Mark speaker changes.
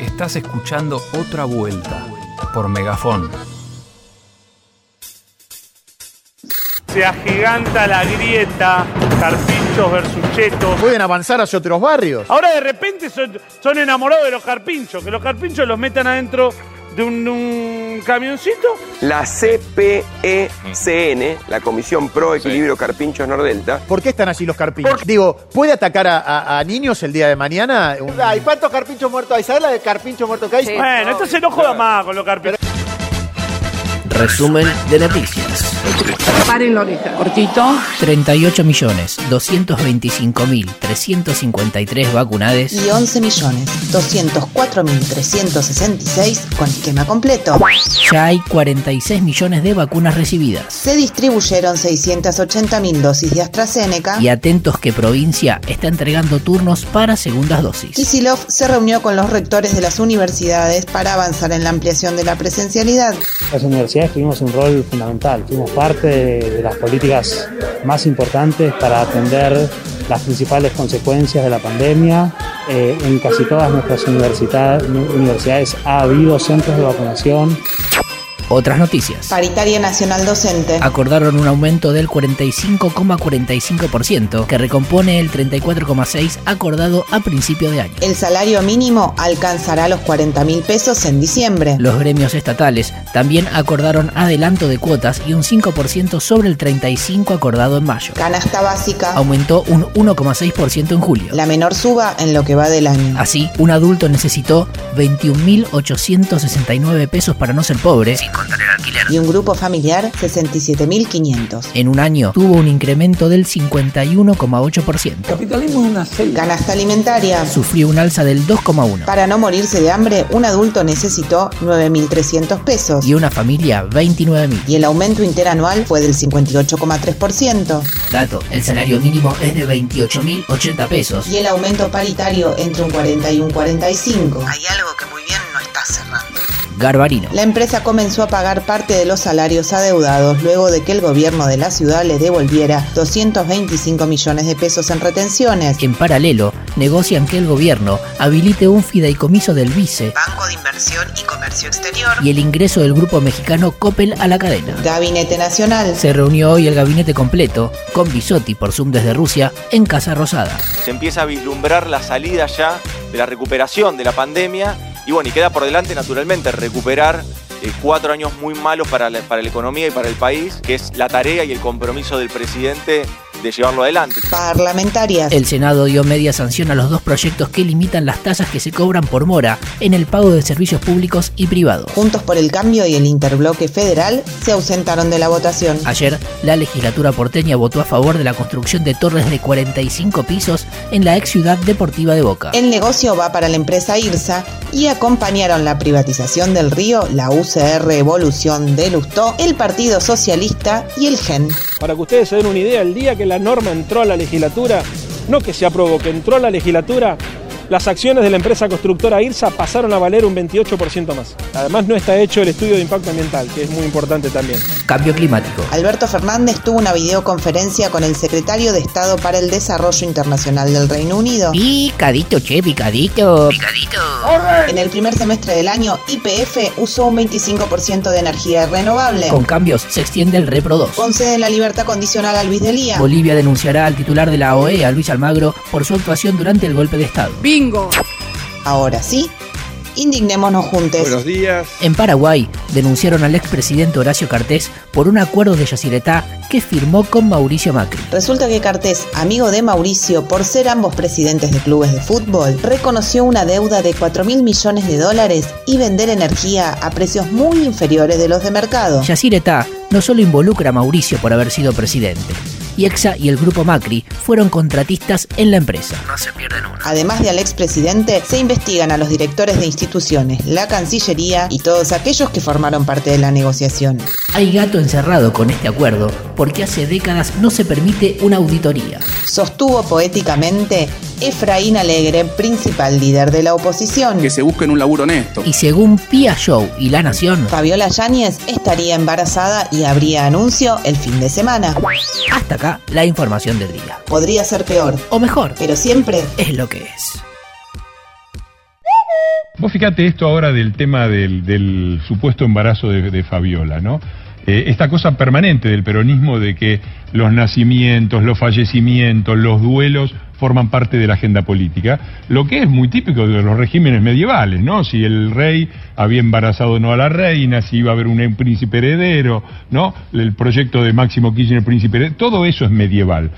Speaker 1: Estás escuchando otra vuelta por Megafón.
Speaker 2: Se agiganta la grieta, carpinchos versus chetos.
Speaker 3: Pueden avanzar hacia otros barrios.
Speaker 2: Ahora de repente son, son enamorados de los carpinchos, que los carpinchos los metan adentro de un, de un camioncito.
Speaker 4: La CPECN, la Comisión Pro Equilibrio Carpinchos Nordelta,
Speaker 3: ¿Por qué están allí los carpinchos? Digo, ¿puede atacar a, a- a niños el día de mañana? Un-
Speaker 5: Hay cuántos carpinchos muertos hay. ¿Sabes la de carpincho muerto que hay?
Speaker 6: Sí.
Speaker 2: Bueno, entonces no joda más con los carpinchos.
Speaker 7: Resumen de noticias.
Speaker 6: Paren la oreja. Cortito.
Speaker 7: 38.225.353 vacunades.
Speaker 8: y 11.204.366 con esquema completo.
Speaker 7: Ya hay 46 millones de vacunas recibidas.
Speaker 8: Se distribuyeron 680.000 dosis de AstraZeneca.
Speaker 7: Y atentos que provincia está entregando turnos para segundas dosis.
Speaker 8: Kisilov se reunió con los rectores de las universidades para avanzar en la ampliación de la presencialidad.
Speaker 9: Las universidades tuvimos un rol fundamental, fuimos parte de, de las políticas más importantes para atender las principales consecuencias de la pandemia. Eh, en casi todas nuestras universita- universidades ha habido centros de vacunación.
Speaker 7: Otras noticias.
Speaker 8: Paritaria Nacional Docente.
Speaker 7: Acordaron un aumento del 45,45% que recompone el 34,6% acordado a principio de año.
Speaker 8: El salario mínimo alcanzará los 40.000 pesos en diciembre.
Speaker 7: Los gremios estatales también acordaron adelanto de cuotas y un 5% sobre el 35% acordado en mayo.
Speaker 8: Canasta básica.
Speaker 7: Aumentó un 1,6% en julio.
Speaker 8: La menor suba en lo que va del año.
Speaker 7: Así, un adulto necesitó 21.869 pesos para no ser pobre.
Speaker 8: Y un grupo familiar 67.500.
Speaker 7: En un año tuvo un incremento del 51,8%.
Speaker 8: Canasta alimentaria.
Speaker 7: Sufrió un alza del 2,1%.
Speaker 8: Para no morirse de hambre, un adulto necesitó 9.300 pesos
Speaker 7: Y una familia 29.000.
Speaker 8: y el aumento interanual fue del 58,3%
Speaker 7: Dato, el salario mínimo es de 28.080 pesos.
Speaker 8: y el aumento paritario entre un 41 y 45. Hay algo que muy bien no está cerrando.
Speaker 7: Garbarino.
Speaker 8: La empresa comenzó a pagar parte de los salarios adeudados luego de que el gobierno de la ciudad le devolviera 225 millones de pesos en retenciones.
Speaker 7: En paralelo, negocian que el gobierno habilite un fideicomiso del vice
Speaker 8: Banco de Inversión y Comercio Exterior.
Speaker 7: y el ingreso del grupo mexicano Coppel a la cadena.
Speaker 8: Gabinete Nacional.
Speaker 7: Se reunió hoy el gabinete completo, con Bisotti por Zoom desde Rusia, en Casa Rosada.
Speaker 10: se empieza a vislumbrar la salida ya de la recuperación de la pandemia y bueno, y queda por delante naturalmente recuperar eh, cuatro años muy malos para la, para la economía y para el país, que es la tarea y el compromiso del presidente de llevarlo adelante.
Speaker 8: Parlamentarias.
Speaker 7: El Senado dio media sanción a los dos proyectos que limitan las tasas que se cobran por mora en el pago de servicios públicos y privados.
Speaker 8: Juntos por el Cambio y el Interbloque Federal se ausentaron de la votación.
Speaker 7: Ayer, la legislatura porteña votó a favor de la construcción de torres de 45 pisos en la ex ciudad deportiva de Boca.
Speaker 8: El negocio va para la empresa IRSA y acompañaron la privatización del río, la UCR Evolución de Lustó, el Partido Socialista y el GEN.
Speaker 9: Para que ustedes se den una idea, el día que la norma entró a la legislatura, no que se aprobó, que entró a la legislatura, las acciones de la empresa constructora IRSA pasaron a valer un 28% más. Además no está hecho el estudio de impacto ambiental, que es muy importante también.
Speaker 7: Cambio climático.
Speaker 8: Alberto Fernández tuvo una videoconferencia con el secretario de Estado para el Desarrollo Internacional del Reino Unido.
Speaker 7: Picadito, che, picadito.
Speaker 8: En el primer semestre del año, IPF usó un 25% de energía renovable.
Speaker 7: Con cambios, se extiende el Repro 2.
Speaker 8: Conceden la libertad condicional a Luis de Lía.
Speaker 7: Bolivia denunciará al titular de la OEA, Luis Almagro, por su actuación durante el golpe de Estado.
Speaker 6: Bingo.
Speaker 8: Ahora sí, indignémonos juntos.
Speaker 7: En Paraguay, denunciaron al expresidente Horacio Cartés por un acuerdo de Yacyretá que firmó con Mauricio Macri.
Speaker 8: Resulta que Cartés, amigo de Mauricio por ser ambos presidentes de clubes de fútbol, reconoció una deuda de 4 mil millones de dólares y vender energía a precios muy inferiores de los de mercado.
Speaker 7: Yacyretá no solo involucra a Mauricio por haber sido presidente, Iexa y el grupo Macri fueron contratistas en la empresa.
Speaker 8: Además de al expresidente, se investigan a los directores de instituciones, la Cancillería y todos aquellos que formaron parte de la negociación.
Speaker 7: Hay gato encerrado con este acuerdo porque hace décadas no se permite una auditoría.
Speaker 8: Sostuvo poéticamente Efraín Alegre, principal líder de la oposición.
Speaker 10: se busquen un laburo honesto.
Speaker 7: Y según Pia Show y La Nación,
Speaker 8: Fabiola Yáñez estaría embarazada y habría anuncio el fin de semana.
Speaker 7: hasta acá la información del día.
Speaker 8: Podría ser peor.
Speaker 7: O mejor,
Speaker 8: pero siempre
Speaker 7: es lo que es.
Speaker 11: Vos fíjate esto ahora del tema del, del supuesto embarazo de, de Fabiola, ¿no? Eh, esta cosa permanente del peronismo de que los nacimientos, los fallecimientos, los duelos forman parte de la agenda política, lo que es muy típico de los regímenes medievales, ¿no? Si el rey había embarazado o no a la reina, si iba a haber un príncipe heredero, ¿no? El proyecto de Máximo Kirchner, príncipe heredero, todo eso es medieval.